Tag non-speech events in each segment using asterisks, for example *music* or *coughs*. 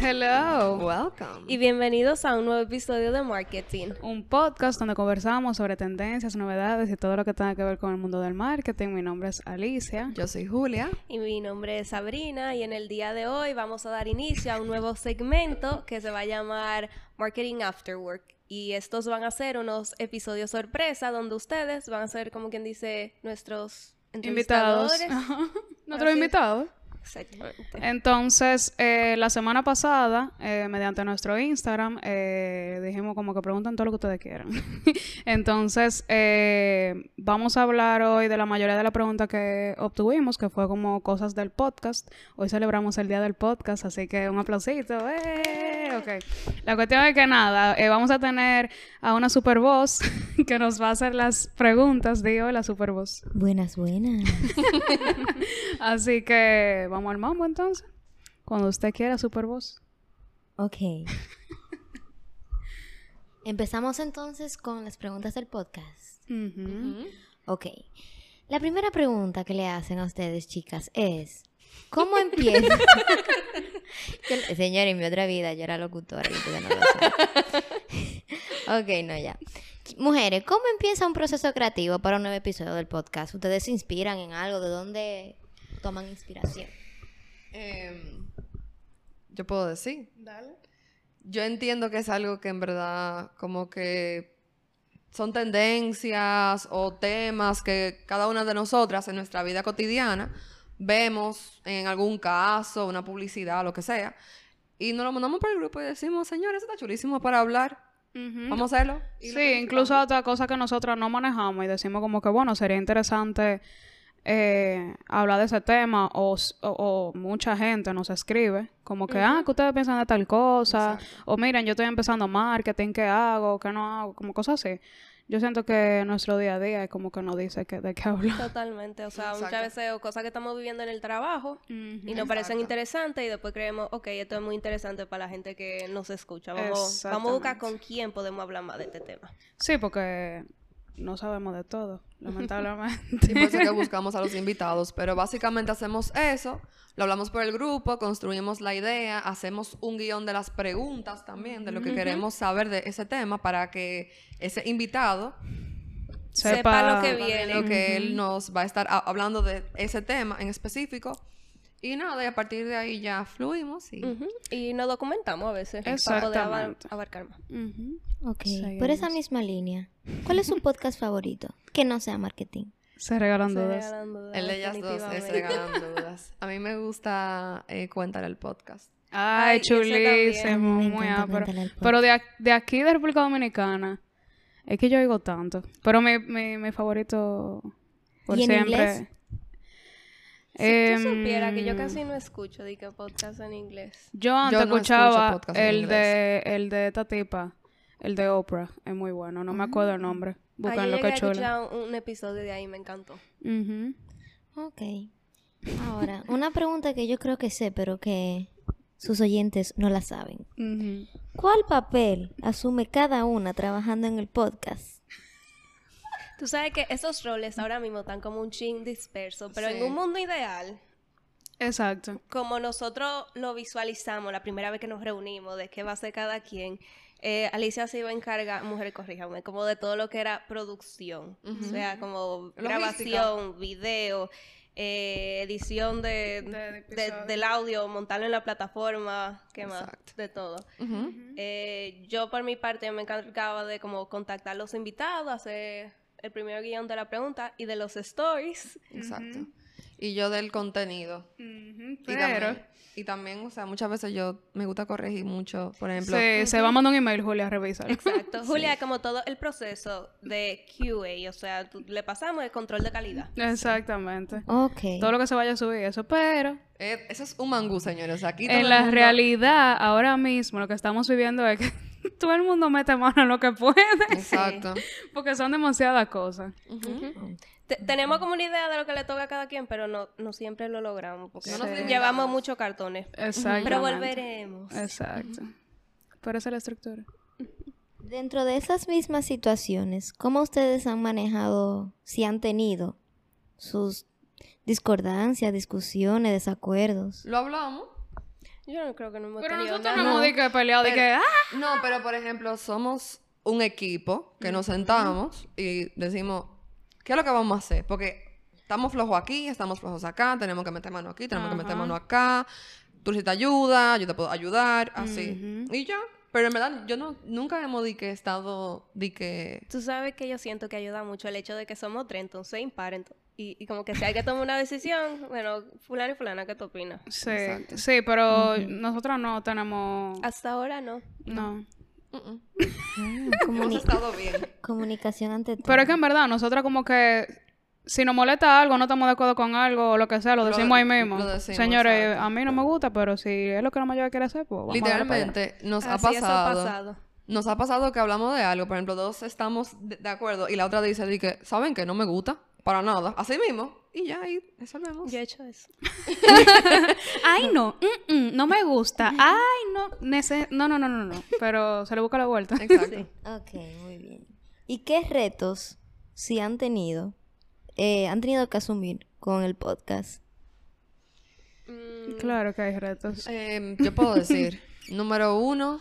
Hello, welcome. Y bienvenidos a un nuevo episodio de Marketing. Un podcast donde conversamos sobre tendencias, novedades y todo lo que tenga que ver con el mundo del marketing. Mi nombre es Alicia. Yo soy Julia. Y mi nombre es Sabrina y en el día de hoy vamos a dar inicio a un nuevo segmento que se va a llamar Marketing After Work. Y estos van a ser unos episodios sorpresa donde ustedes van a ser, como quien dice, nuestros Invitados. entrevistadores. Nuestro invitado. Exactamente. Entonces, eh, la semana pasada, eh, mediante nuestro Instagram, eh, dijimos como que preguntan todo lo que ustedes quieran. *laughs* Entonces, eh, vamos a hablar hoy de la mayoría de las preguntas que obtuvimos, que fue como cosas del podcast. Hoy celebramos el día del podcast, así que un aplausito. ¡eh! Ok. La cuestión es que nada, eh, vamos a tener a una super voz *laughs* que nos va a hacer las preguntas, digo, la super voz. Buenas, *laughs* buenas. Así que vamos al mambo entonces. Cuando usted quiera, super voz. Ok. Empezamos entonces con las preguntas del podcast. Ok. La primera pregunta que le hacen a ustedes, chicas, es... *laughs* ¿Cómo empieza? Yo- Señor, en mi otra vida yo era locutora y ustedes no lo saben. *laughs* ok, no, ya. Mujeres, ¿cómo empieza un proceso creativo para un nuevo episodio del podcast? ¿Ustedes se inspiran en algo? ¿De dónde toman inspiración? Em, yo puedo decir. Yo entiendo que es algo que en verdad como que son tendencias o temas que cada una de nosotras en nuestra vida cotidiana vemos en algún caso, una publicidad, lo que sea, y nos lo mandamos para el grupo y decimos, señores, eso está chulísimo para hablar, vamos a hacerlo. Mm. Y lo Sí, incluso otra cosa que nosotros no manejamos y decimos como que, bueno, sería interesante eh, hablar de ese tema o, s- o- o mucha gente nos escribe como que, ah, que ustedes piensan de tal cosa? O miren, yo estoy empezando marketing, ¿qué hago? ¿Qué no hago? Como cosas así. Yo siento que nuestro día a día es como que nos dice que, de qué *laughs* hablar. Totalmente, o sea, muchas Exacto. veces o cosas que estamos viviendo en el trabajo y nos Exacto. parecen interesantes y después creemos, ok, esto es muy interesante para la gente que nos escucha. Vamos, vamos a buscar Exactamente. con quién podemos hablar más de este tema. Sí, porque no sabemos de todo, lamentablemente. Sí, por eso *laughs* que buscamos a los invitados. Pero básicamente hacemos eso, lo hablamos por el grupo, construimos la idea, hacemos un guión de las preguntas también, de lo que queremos saber de ese tema, para que ese invitado *laughs* Sepa lo que sepa bien viene. lo que él nos va a estar a- hablando de ese tema en específico. Y nada, y a partir de ahí ya fluimos y Ujú. Y nos documentamos a veces para poder abar- Exactamente. abarcar más. Ujú. Ok, por Seguimos. esa misma línea, ¿cuál es su podcast favorito? Que no sea marketing. Se regalan Se dudas. regalan dudas, el de ellas dos es definitivamente. regalando *laughs* dudas. A mí me gusta eh, cuentar el podcast. Ay, Ay, ese chulísimo, también. Me muy encanta ah, pero, Cuéntale al Pueblo. pero de, ac- de aquí de República Dominicana es que yo oigo tanto, pero mi, mi, mi favorito por ¿Y en siempre. inglés? Si tú supieras que yo Em, casi no escucho de que podcast en inglés. yo antes no escucho escuchaba podcast en el inglés. de el de esta tipa, el de Oprah, es muy bueno, no me acuerdo el nombre. Buscan Ayer lo llegué que a chula. escuchar un, un episodio de ahí, me encantó. Ujú. Ok. Ahora, una pregunta que yo creo que sé, pero que sus oyentes no la saben. Ujú. ¿Cuál papel asume cada una trabajando en el podcast? Tú sabes que esos roles ahora mismo están como un chin disperso, pero en Sí. un mundo ideal, Exacto. como nosotros lo visualizamos la primera vez que nos reunimos, de qué va a ser cada quien, eh, Alicia se iba a encargar, mujer, corríjame, como de todo lo que era producción. O sea, como Logística. grabación, video, eh, edición De- de, de de- episodio. del audio, montarlo en la plataforma, qué más, Exacto. de todo. Ujú. Eh, yo por mi parte me encargaba de como contactar los invitados, hacer el primer guión de la pregunta y de los stories. Exacto. Y yo del contenido. Ujú, Y Pero también, y también, o sea, muchas veces yo me gusta corregir mucho, por ejemplo. se, se va a mandar un email, Julia, revísalo. Exacto. Julia, como todo el proceso de QA, o sea, tú- le pasamos el control de calidad. Exactamente. Ok. Todo lo que se vaya a subir, eso, pero eh, eso es un mangú, señores. O sea, aquí todo en el la mundo- *laughs* realidad, ahora mismo, lo que estamos viviendo es que *laughs* todo el mundo mete mano en lo que puede, *laughs* Exacto. porque son demasiadas cosas. Te- tenemos como una idea de lo que le toca a cada quien, pero no, no siempre lo logramos porque No nos llevamos brindamos. muchos cartones. Exacto. Pero volveremos. Exacto. Pero esa es la estructura. Dentro de esas mismas situaciones, ¿cómo ustedes han manejado, si han tenido, sus discordancias, discusiones, desacuerdos? Lo hablamos. Yo no creo que no hemos Pero tenido nosotros no nada. hemos de que peleado, de Pero- que, ¡ah! No, pero por ejemplo, somos un equipo que nos sentamos y decimos, ¿qué es lo que vamos a hacer? Porque estamos flojos aquí, estamos flojos acá, tenemos que meter mano aquí, tenemos que meter Ajá. mano acá, tú necesitas ayuda, yo te puedo ayudar, así. Ujú. Y ya. Pero en verdad, yo no, nunca hemos di que estado, di que... Tú sabes que yo siento que ayuda mucho el hecho de que somos tres, entonces impar. ento- y, y como que si hay que tomar una decisión, bueno, fulano y fulana, ¿qué te opinas? Sí, Exacto. Ah, sí, pero nosotros no tenemos. Hasta ahora no. No. Mm, mm. Mm, Hemos *laughs* comuni- estado *laughs* bien. comunicación ante todo. Pero es que en verdad, nosotras como que. Si nos molesta algo, no estamos de acuerdo con algo o lo que sea, lo Lo de- decimos ahí mismo. lo decimos, Señores, exacto. a mí no me gusta, pero si es lo que la mayoría quiere hacer, pues vamos a darle para allá. Literalmente, nos ha Así, eso pasado. Nos ha pasado que hablamos de algo, por ejemplo, dos estamos de, de acuerdo y la otra dice, di que, ¿saben que No me gusta, para nada, así mismo. Y ya, ahí resolvemos. Yo he hecho eso. Ay, no, mm, mm, no me gusta. Ay, no, nece- no, no, no, no, no. Pero se le busca la vuelta. Exacto. Ok, muy bien. ¿Y qué retos si han tenido, eh, han tenido que asumir con el podcast? Mm, *laughs* Claro que hay retos. Em, yo puedo decir, número uno,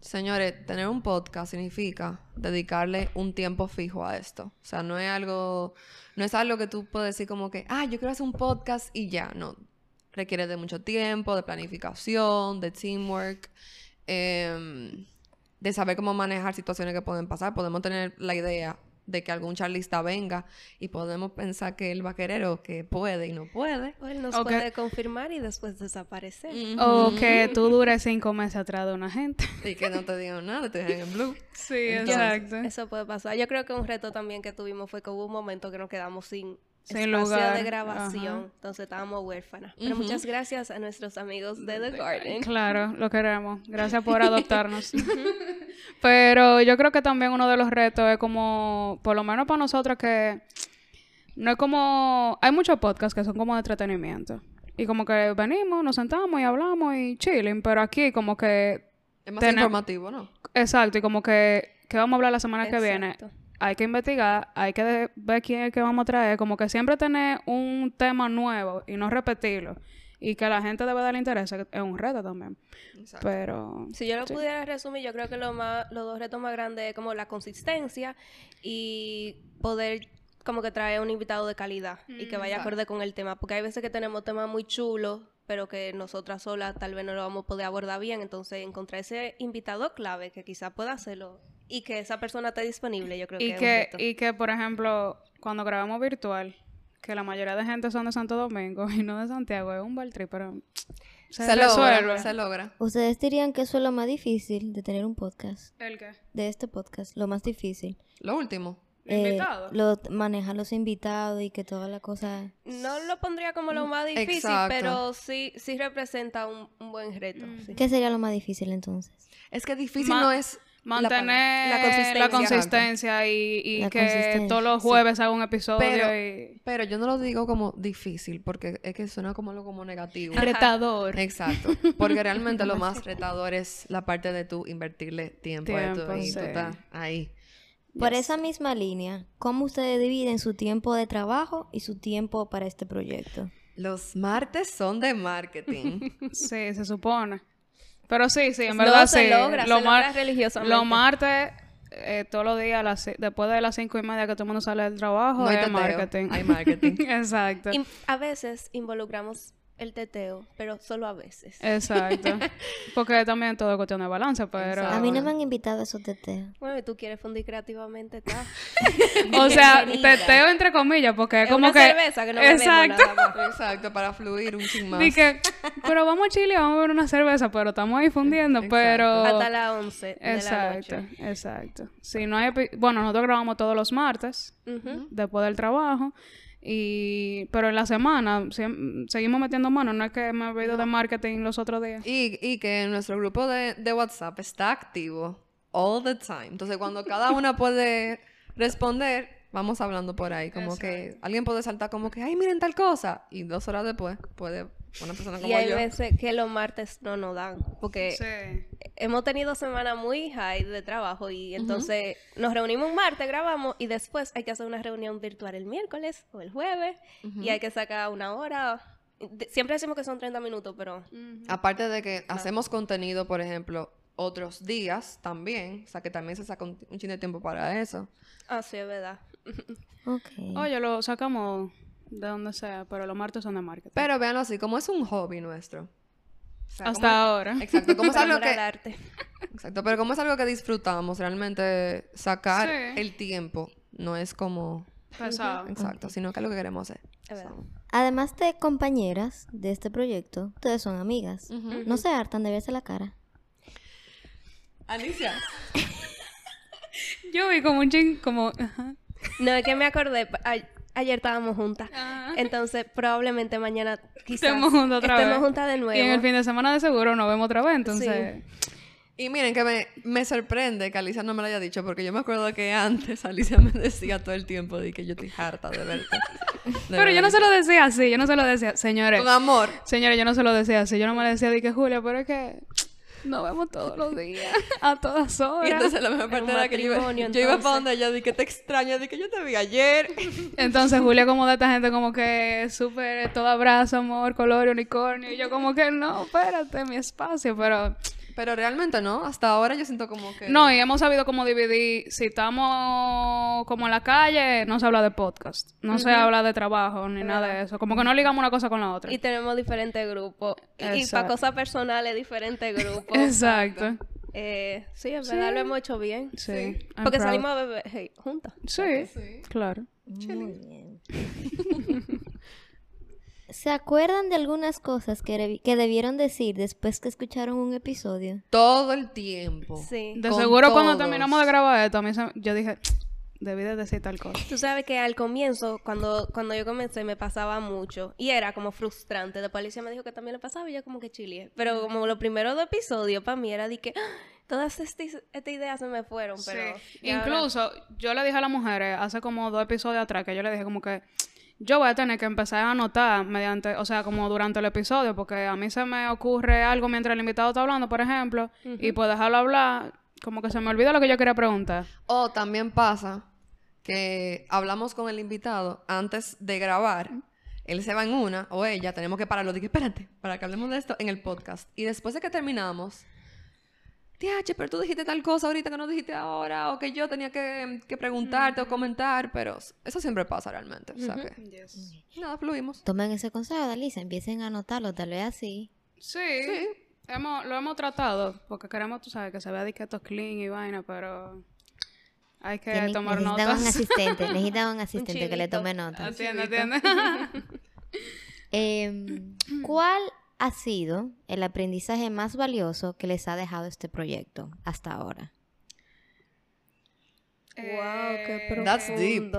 señores, tener un podcast significa dedicarle un tiempo fijo a esto. O sea, no es algo, no es algo que tú puedes decir como que, ah, yo quiero hacer un podcast y ya. No, requiere de mucho tiempo, de planificación, de teamwork, em, de saber cómo manejar situaciones que pueden pasar. Podemos tener la idea de que algún charlista venga y podemos pensar que él va a querer o que puede y no puede. o él nos Ok. puede confirmar y después desaparecer. O que tú dures cinco meses atrás de una gente. Y que no te digan nada, te dejan en blue. Sí, Entonces, Eso puede pasar. Yo creo que un reto también que tuvimos fue que hubo un momento que nos quedamos sin, Sin espacio lugar, de grabación. ajá. Entonces estábamos huérfanas. Pero Ujú. muchas gracias a nuestros amigos de The Garden. Claro, lo queremos. Gracias *laughs* por adoptarnos. Pero yo creo que también uno de los retos es como, por lo menos para nosotros, que no es como. Hay muchos podcasts que son como de entretenimiento. Y como que venimos, nos sentamos y hablamos y chilling. Pero aquí, como que. Es más Tenem- informativo, ¿no? Exacto, y como que. ¿Qué vamos a hablar la semana que viene? Exacto. Hay que investigar, hay que de- ver quién es el que vamos a traer. Como que siempre tener un tema nuevo y no repetirlo. Y que la gente debe darle interés que es un reto también. Exacto. Pero. Si yo lo Sí. pudiera resumir, yo creo que lo más, los dos retos más grandes es como la consistencia y poder como que traer un invitado de calidad y que vaya acorde con el tema. Porque hay veces que tenemos temas muy chulos, pero que nosotras solas tal vez no lo vamos a poder abordar bien. Entonces, encontrar ese invitado clave que quizás pueda hacerlo y que esa persona esté disponible, yo creo Y que, que, es un reto. y que, por ejemplo, cuando grabamos virtual, que la mayoría de gente son de Santo Domingo *laughs* y no de Santiago, es un baltri, pero se, Se resuelve. logra, se logra. ¿Ustedes dirían que eso es lo más difícil de tener un podcast? ¿El qué? De este podcast, lo más difícil. Lo último. ¿El Eh, invitado? lo, manejar los invitados y que toda la cosa... No lo pondría como Mm, lo más difícil, Exacto. pero sí, sí representa un, un buen reto. sí. ¿Qué sería lo más difícil entonces? Es que difícil Ma- no es... Mantener la la consistencia, consistencia. y, y La que consistencia, todos los sí. jueves haga un episodio Pero- y... Pero yo no lo digo como difícil, porque es que suena como algo como negativo. Retador. Eh. Exacto. *laughs* Porque realmente lo más retador es la parte de tú invertirle tiempo, Tiempo, a esto y sí. tú estás ahí. Por esa misma línea, ¿cómo ustedes dividen su tiempo de trabajo y su tiempo para este proyecto? Los martes son *laughs* de marketing. Sí, se supone. Pero sí, sí, en No, verdad se sí. logra, se mar- logra religiosamente. Lo martes, eh, todos los días, a las ci- después de las cinco y media que todo el mundo sale del trabajo, No hay es teteo, marketing. hay marketing. *laughs* Exacto. Im- a veces involucramos el teteo, pero solo a veces. *laughs* Exacto. Porque también todo es cuestión de balance, pero... Exacto. A mí no me bueno. han invitado a esos teteos. Bueno, y tú quieres fundir *laughs* creativamente, está. O *laughs* sea, Bienvenida. teteo entre comillas, porque es Es como una que... cerveza que no bebemos Exacto. nada más. Exacto, para fluir un ching más. Dije, pero vamos a Chile, vamos a beber una cerveza, pero estamos difundiendo, Exacto. pero... Hasta las 11 Exacto, de la noche. exacto. Si no hay... epi- Bueno, nosotros grabamos todos los martes, Ujú. después del trabajo, y... Pero en la semana siem- seguimos metiendo manos, no es que me he oído de marketing los otros días. Y, y que nuestro grupo de, de WhatsApp está activo all the time. Entonces, cuando cada una puede responder, vamos hablando por ahí. Como que alguien puede saltar como que, ay, miren tal cosa. Y dos horas después puede una persona Y como hay yo. veces que los martes no nos dan, porque Sí. hemos tenido semana muy high de trabajo y entonces nos reunimos un martes, grabamos y después hay que hacer una reunión virtual el miércoles o el jueves y hay que sacar una hora de- siempre decimos que son 30 minutos, pero Mm. Aparte de que hacemos contenido, por ejemplo, otros días también. O sea, que también se saca un, un chin de tiempo para eso. así Ah, es verdad. Ok. Oye, lo sacamos de donde sea, pero los martes son de marketing. Pero véanlo así, como es un hobby nuestro. O sea, Hasta como- ahora. Exacto, como es Por algo amor al que... arte. *laughs* Exacto, pero como es algo que disfrutamos, realmente sacar Sí. el tiempo no es como... Pesado. Exacto, sino que es lo que queremos hacer. Es verdad. Además de compañeras de este proyecto, ustedes son amigas. Ujú. No se hartan de verse la cara. Alicia. *laughs* Yo vi como un ching, como. ajá. No, es que me acordé, pa- a- ayer estábamos juntas. Entonces, probablemente mañana quizás Ah. Estemos juntas otra estemos vez. juntas de nuevo. Y en el fin de semana de seguro nos vemos otra vez, entonces. Y miren que me, me sorprende que Alicia no me lo haya dicho, porque yo me acuerdo que antes *laughs* Alicia me decía todo el tiempo de que yo estoy harta de *laughs* verte. De Pero yo no verte. se lo decía así, yo no se lo decía. Señores, Con amor. señores, yo no se lo decía así. Yo no me lo decía de que Julia, pero es que nos vemos todos los días, a todas Y horas. entonces la mejor Era un parte era que yo iba, matrimonio, yo iba para entonces. donde ella, de que te extraño, de que yo te *laughs* vi ayer. Entonces Julia como de esta gente como que súper todo abrazo, amor, color y unicornio. Y yo como que no, espérate, mi espacio, pero... Pero realmente no, hasta ahora yo siento como que... No, y hemos sabido cómo dividir. Si estamos como en la calle, no se habla de podcast, no se habla de trabajo ni nada de eso. Como que no ligamos una cosa con la otra. Y tenemos diferentes grupos. Y, para Exacto. cosas personales, diferentes grupos. Exacto. Eh, sí, es verdad, lo hemos hecho bien. Sí. I'm Porque proud. salimos a beber hey, juntas. Sí, claro. Muy bien. *laughs* ¿Se acuerdan de algunas cosas que, debi- que debieron decir después que escucharon un episodio? Todo el tiempo. Sí. De Con seguro cuando todos. terminamos de grabar esto, a mí se- yo dije, debí de decir tal cosa. Tú sabes que al comienzo, cuando, cuando yo comencé, me pasaba mucho. Y era como frustrante. La policía me dijo que también le pasaba y yo como que chile. Pero como lo primero de episodio, para mí era de que ¡ah! todas estas estas ideas se me fueron. Pero Sí. ya ahora- Incluso yo le dije a las mujeres hace como dos episodios atrás que yo le dije como que yo voy a tener que empezar a anotar mediante, o sea, como durante el episodio, porque a mí se me ocurre algo mientras el invitado está hablando, por ejemplo, y pues dejarlo hablar, como que se me olvida lo que yo quería preguntar. O también pasa que hablamos con el invitado antes de grabar. Él se va en una, o ella, tenemos que pararlo. Dije, espérate, para que hablemos de esto en el podcast. Y después de que terminamos, tía, che, pero tú dijiste tal cosa ahorita que no dijiste ahora, o que yo tenía que, que preguntarte o comentar, pero eso siempre pasa realmente. O sea que, nada, fluimos. Tomen ese consejo de Alicia, empiecen a anotarlo, tal vez así. Sí, hemos- lo hemos tratado, porque queremos, tú sabes, que se vea disquetos clean y vaina, pero hay que Tienen- tomar necesitan notas. un *laughs* asistente, necesitan un asistente que le chilito. tome notas. Atiende, atiende. *laughs* Em, ¿Cuál ha sido el aprendizaje más valioso que les ha dejado este proyecto hasta ahora? Wow, qué profundo. That's deep.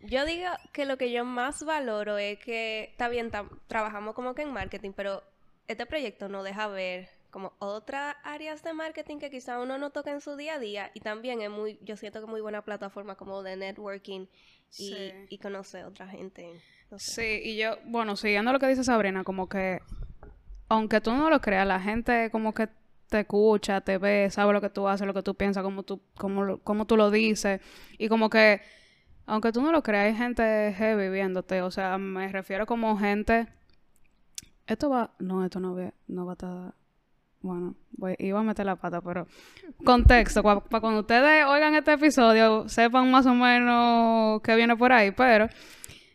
Yo digo que lo que yo más valoro es que, está bien, tam- trabajamos como que en marketing, pero este proyecto nos deja ver como otras áreas de marketing que quizá uno no toca en su día a día y también es muy, yo siento que es muy buena plataforma como de networking y, Sí. y conocer otra gente. no sé. Sí, y yo, bueno, siguiendo lo que dice Sabrina, como que, aunque tú no lo creas, la gente como que te escucha, te ve, sabe lo que tú haces, lo que tú piensas, cómo tú, cómo, lo- cómo tú lo dices, y como que, aunque tú no lo creas, hay gente heavy viéndote, o sea, me refiero como gente, esto va, no, esto no, ve- no va a estar, bueno, voy- iba a meter la pata, pero contexto, para cuando ustedes oigan este episodio, sepan más o menos qué viene por ahí, pero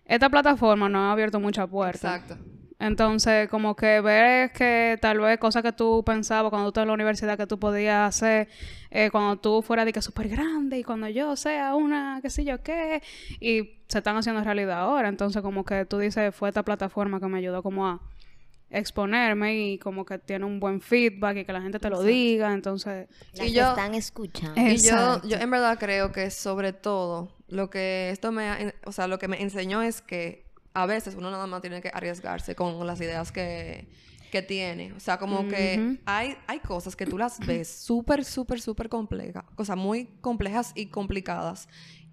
esta plataforma nos ha abierto muchas puertas. Exacto. Entonces, como que ves que tal vez cosas que tú pensabas cuando tú estabas en la universidad que tú podías hacer, eh, cuando tú fueras de que súper grande y cuando yo sea una, qué sé yo qué, y se están haciendo realidad ahora. Entonces, como que tú dices, fue esta plataforma que me ayudó como a exponerme y como que tiene un buen feedback y que la gente te lo diga. Entonces, Las Y que yo- están escuchando. Eh, Y yo, Exacto. yo en verdad creo que sobre todo lo que esto me, ha en- o sea, lo que me enseñó es que a veces uno nada más tiene que arriesgarse con las ideas que, que tiene. O sea, como que hay, hay cosas que tú las ves súper, súper, súper complejas, o sea, muy complejas y complicadas.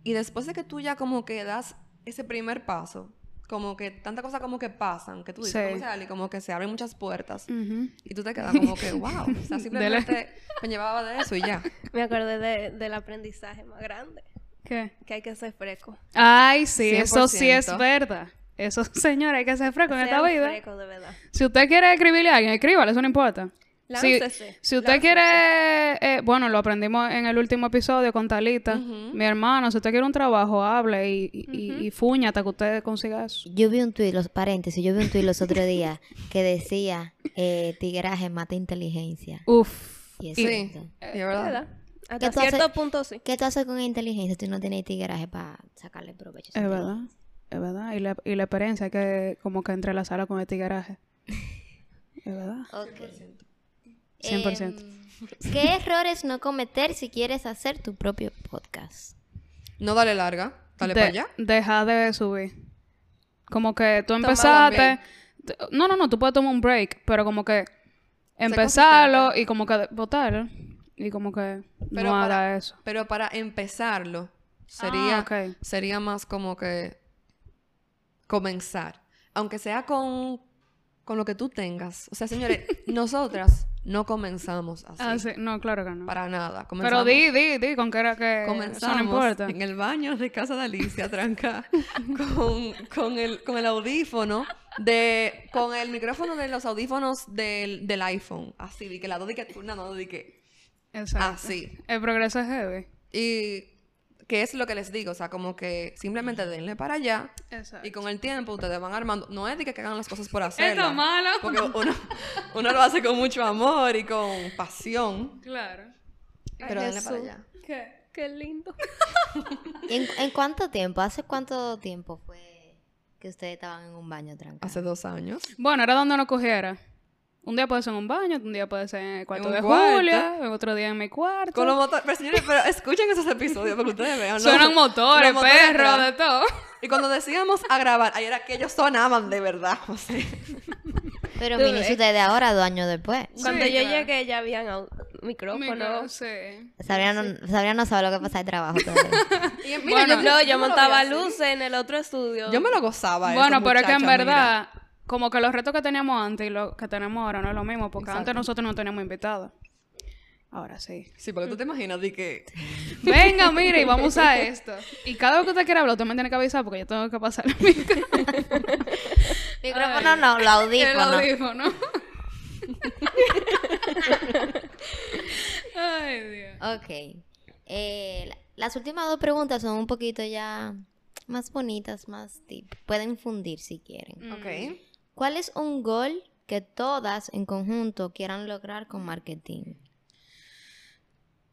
Y después de que tú ya como que das ese primer paso, como que tanta cosa como que pasan, que tú dices, Sí. Mm. "¿Cómo se da?", y como que se abren muchas puertas. ujú. Y tú te quedas como *laughs* que, wow, o sea, simplemente me llevaba de eso y ya. Me acordé de- del aprendizaje más grande, ¿qué? que hay que ser fresco. Ay, sí, eso sí es 100%. verdad. Eso, *laughs* señora, hay que ser fresco en esta Sean vida. frecos, de verdad. Si usted quiere escribirle a alguien, escríbale, eso no importa. Si, Láncese, si usted quiere, eh, bueno, lo aprendimos en el último episodio con Talita, mi hermano, si usted quiere un trabajo, hable y, y, y- y fuña hasta que usted consiga eso. Yo vi un tuit, los paréntesis, yo vi un tuit los otros días que decía, eh, tigraje mata inteligencia. Uf. Y eso Sí, es sí, cierto. es verdad. ¿Verdad? Hasta Entonces- cierto punto sí. ¿Qué tú haces con inteligencia? Tú no tienes tigraje para sacarle provecho. a esa Es verdad, es verdad. Y la, y la experiencia hay que como que entrelazarla con este *laughs* garaje. Es verdad. Ok. 100%. Em, ¿Qué errores no cometer si quieres hacer tu propio podcast? No dale larga, dale De- para allá. Deja de subir. Como que tú un empezaste. break. t- No, no, no, tú puedes tomar un break, pero como que empezarlo y como que votarlo. Y como que Pero no para- haga eso. Pero para empezarlo, sería, Ah, ok. sería más como que comenzar. Aunque sea con, con lo que tú tengas. O sea, *laughs* señores, nosotras no comenzamos así. Ah, sí. No, claro que no. Para nada. pero Comenzamos, di, di, di, con que era que. Eso no comenzamos importa. en el baño de casa de Alicia, *laughs* tranca, con, con el, con el audífono, de, con el micrófono de los audífonos del, del iPhone. Así, di que la dos, di que tú, no, no, di que. Exacto. Así. El progreso es heavy. Y que es lo que les digo, o sea, como que simplemente denle para allá Exacto. y con el tiempo ustedes van armando. No es de que hagan las cosas por hacerlas. Esto es malo. Porque uno, uno lo hace con mucho amor y con pasión, Claro. pero denle para allá. ¿Qué? Qué lindo. ¿Y ¿En, en cuánto tiempo? ¿Hace cuánto tiempo fue que ustedes estaban en un baño trancados? Hace dos años. Bueno, era donde nos cogiera. Un día puede ser en un baño, un día puede ser en el cuarto un de cuarto. Julia, otro día en mi cuarto. Con los motores. Pero señores, pero escuchen esos episodios porque ustedes vean. ¿no? Suenan motores, Los motores perros, atrás. de todo. Y cuando decíamos a grabar, ayer aquellos sonaban de verdad, José. Pero Tú miren ves. ustedes ahora, dos años después. Cuando Sí, yo claro. llegué ya habían au- Mi micrófonos. co- sí. Sabrina no, Sabrina no sabe lo que pasa de trabajo todavía. Y mira, Bueno, yo- No, yo yo me lo montaba veía así. luces en el otro estudio. Yo me lo gozaba. eso, Bueno, pero es que en muchacha, mira. verdad, como que los retos que teníamos antes y los que tenemos ahora no es lo mismo, porque antes nosotros no teníamos invitados. Ahora sí. Sí, porque tú te imaginas de que. *laughs* Venga, mire, y vamos a *laughs* esto. Y cada vez que usted quiera hablar, usted me tiene que avisar porque yo tengo que pasar el micrófono. Micrófono no, *laughs* lo El audífono. audífono. Ay, Dios. Ok. Eh, la- las últimas dos preguntas son un poquito ya más bonitas, más deep. Pueden fundir si quieren. Mm. Ok. ¿Cuál es un gol que todas en conjunto quieran lograr con marketing?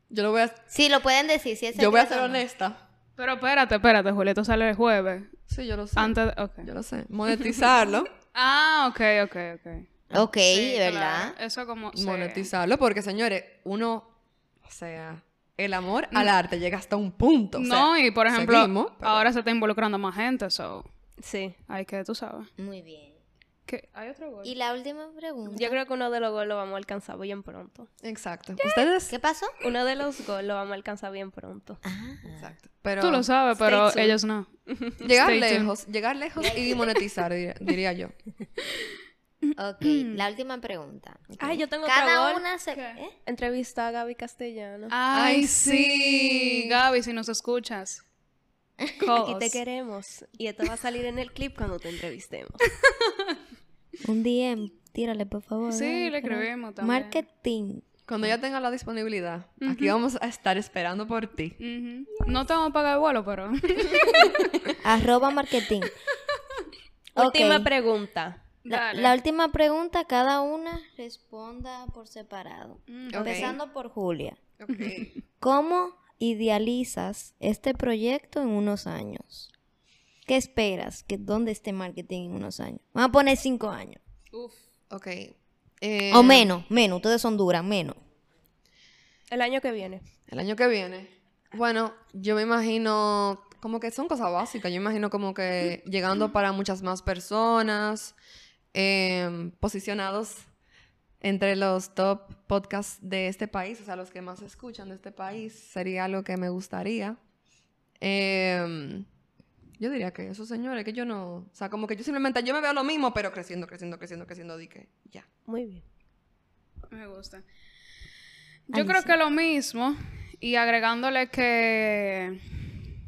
Yo lo voy a. Sí, lo pueden decir. Si es Yo voy a secreto ser o no. honesta. Pero espérate, espérate, Julia, esto sale el jueves. Sí, yo lo sé. Antes de... ok. Yo lo sé. Monetizarlo. Ah, ok, ok, ok. Ok, Sí, ¿verdad? claro. Eso como... *laughs* sí. monetizarlo, porque señores, uno. O sea, el amor al arte llega hasta un punto. o sea, Mm. no, y por ejemplo, seguimos, pero- ahora se está involucrando más gente, so... Sí. Hay que, tú sabes. Muy bien. ¿Qué? ¿Hay otro gol? Y la última pregunta. Yo creo que uno de los goles lo vamos a alcanzar bien pronto. ah. Exacto. Ustedes. ¿Qué pasó? Uno de los goles lo vamos a alcanzar bien pronto. Ah, Exacto. Pero Tú lo sabes, Stay pero tuned. ellos no. Llegar Stay tuned. lejos, llegar lejos y monetizar, dir- diría, yo. ok, la última pregunta. Ay, yo tengo otro Cada gol. una se... ¿Qué? ¿eh? Entrevista a Gaby Castellano. Ah, Ay, sí. Gaby, si nos escuchas. call Aquí us. te queremos. Y esto va a salir en el clip cuando te entrevistemos. Un DM, tírale por favor. Sí, dale, le por favor. escribimos también. Marketing. Cuando ya tenga la disponibilidad, aquí vamos a estar esperando por ti. Ujú. No te vamos a pagar el vuelo, pero... *laughs* Arroba marketing. Última Ok. pregunta. La, Dale. la última pregunta, cada una responda por separado. Mm, Empezando por Julia. Ok. ¿Cómo idealizas este proyecto en unos años? ¿Qué esperas? que ¿Dónde esté marketing en unos años? Vamos a poner cinco años. Uf. Ok. Eh, o menos, menos. Ustedes son duras, menos. El año que viene. El año que viene. Bueno, yo me imagino, como que son cosas básicas, yo imagino como que llegando para muchas más personas, em, posicionados entre los top podcasts de este país, o sea, los que más se escuchan de este país, sería algo que me gustaría. Em, yo diría que esos señores, que yo no, o sea, como que yo simplemente, yo me veo lo mismo, pero creciendo, creciendo, creciendo, creciendo, di que ya. Muy bien. Me gusta. Yo creo que lo mismo y agregándole que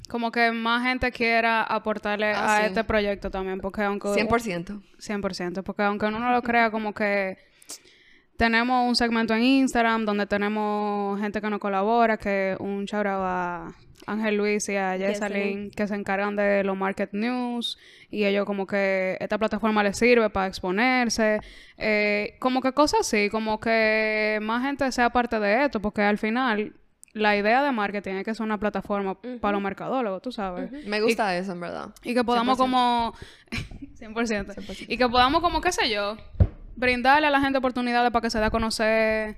Como que más gente quiera aportarle Ah, a sí. este proyecto también, porque aunque... 100%. 100%, porque aunque uno no lo crea, como que tenemos un segmento en Instagram donde tenemos gente que nos colabora, que un shout out a Ángel Luis y a Jessalyn, Jessalyn. que se encargan de los market news, y ellos como que esta plataforma les sirve para exponerse, eh, como que cosas así, como que más gente sea parte de esto, porque al final la idea de marketing es que es una plataforma para los mercadólogos, tú sabes. Me gusta eso, en verdad. Y que podamos como... *laughs* 100%. Y que podamos como, qué sé yo, brindarle a la gente oportunidades para que se dé a conocer...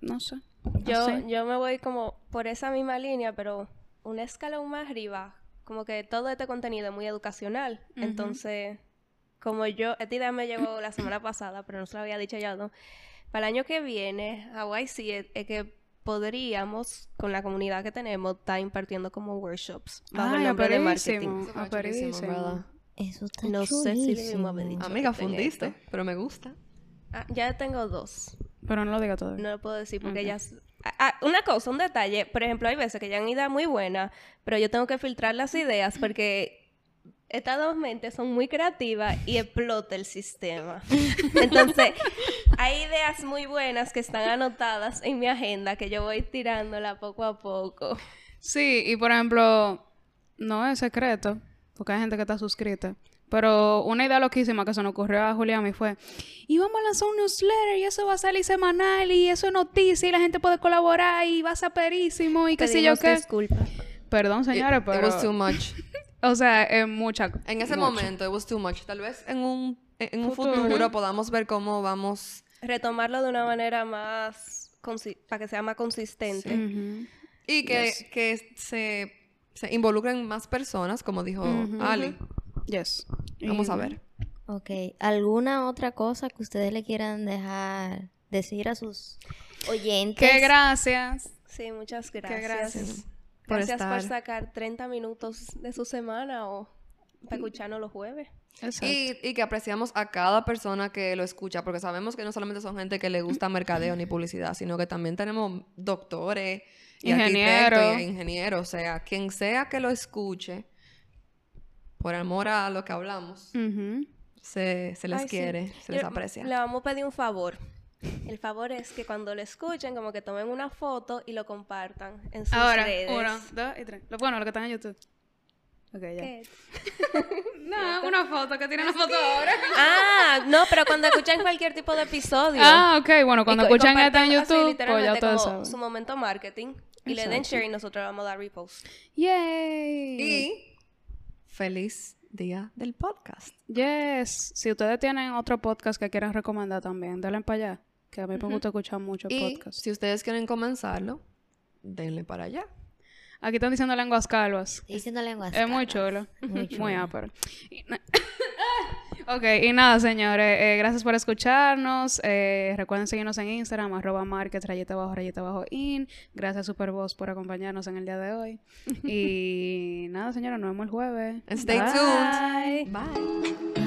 No sé. Yo, así. yo me voy como por esa misma línea, pero un escalón más arriba. Como que todo este contenido es muy educacional. Entonces, como yo, esta idea me llegó la semana pasada, pero no se la había dicho ya, ¿no? Para el año que viene, Hawaii sí es, es que podríamos, con la comunidad que tenemos, estar impartiendo como workshops bajo el Ay, nombre de aperísimo, marketing. Eso fue chulísimo, en aperísimo. verdad. Eso está No sé si le dimos a chulísimo. pedir. Yo Amiga, que tenía fundiste, esto. pero me gusta. Ah, ya tengo dos. Pero no lo diga todavía. No lo puedo decir porque ya... s- Ah, ah, una cosa, un detalle. Por ejemplo, hay veces que ya han ido muy buenas, pero yo tengo que filtrar las ideas porque estas dos mentes son muy creativas y explota el sistema. Entonces, hay ideas muy buenas que están anotadas en mi agenda que yo voy tirándola poco a poco. Sí, y por ejemplo, no es secreto, porque hay gente que está suscrita. Pero una idea loquísima que se nos ocurrió a Julián y fue, y vamos a lanzar un newsletter y eso va a salir semanal y eso es noticia y la gente puede colaborar y va a ser perísimo y qué sé yo Pedimos qué. Disculpas. Perdón, It- señores, it pero... was too much. O sea, es mucha... Eh, En ese mucho. momento, it was too much. Tal vez en un, en un Futuro. futuro. podamos ver cómo vamos. Retomarlo de una manera más... consi- para que sea más consistente. Ujú. Y que, que se, se involucren más personas, como dijo Ali. Yes. Vamos a Y- ver. Ok, ¿alguna otra cosa que ustedes le quieran dejar decir a sus oyentes? Que gracias. Sí, muchas gracias. gracias. Por Gracias por, estar. sacar 30 minutos de su semana o para escucharnos los jueves. Y, y que apreciamos a cada persona que lo escucha, porque sabemos que no solamente son gente que le gusta mercadeo ni publicidad, sino que también tenemos doctores, y Ingeniero. arquitectos y ingenieros, o sea, quien sea que lo escuche, por amor a lo que hablamos, Ujú. se, se les Ay, sí. Eh, quiere, se les Yo- aprecia. Le vamos a pedir un favor. El favor es que cuando lo escuchen, como que tomen una foto y lo compartan en sus Ahora, redes. uno, dos y tres. Lo- Bueno, lo que están en YouTube. Ok, ya. ¿Qué? No, una foto, que tiene una foto ahora. Ah, no, pero cuando escuchan cualquier tipo de episodio. Ah, ok, bueno, cuando y co- y escuchan esto compartan en así, YouTube, pues ya literalmente todos como saben. su momento marketing. Y le den share y nosotros le vamos a dar repost. Yay. Y feliz día del podcast. Yes. Si ustedes tienen otro podcast que quieran recomendar también, denle para allá. Que a mí me gusta escuchar mucho Y podcast. si ustedes quieren comenzarlo, denle para allá. Aquí están diciendo lenguas calvas. Estoy diciendo lenguas. Es muy chulo. *laughs* Muy Muy, chulo. ápero. Y na- *coughs* ok, y nada, señores. eh, gracias por escucharnos. eh, recuerden seguirnos en Instagram, arroba market, rayita abajo, rayita abajo, in. Gracias, Superboss, por acompañarnos en el día de *laughs* hoy. Y nada, señores, nos vemos el jueves. And stay Bye. tuned. Bye.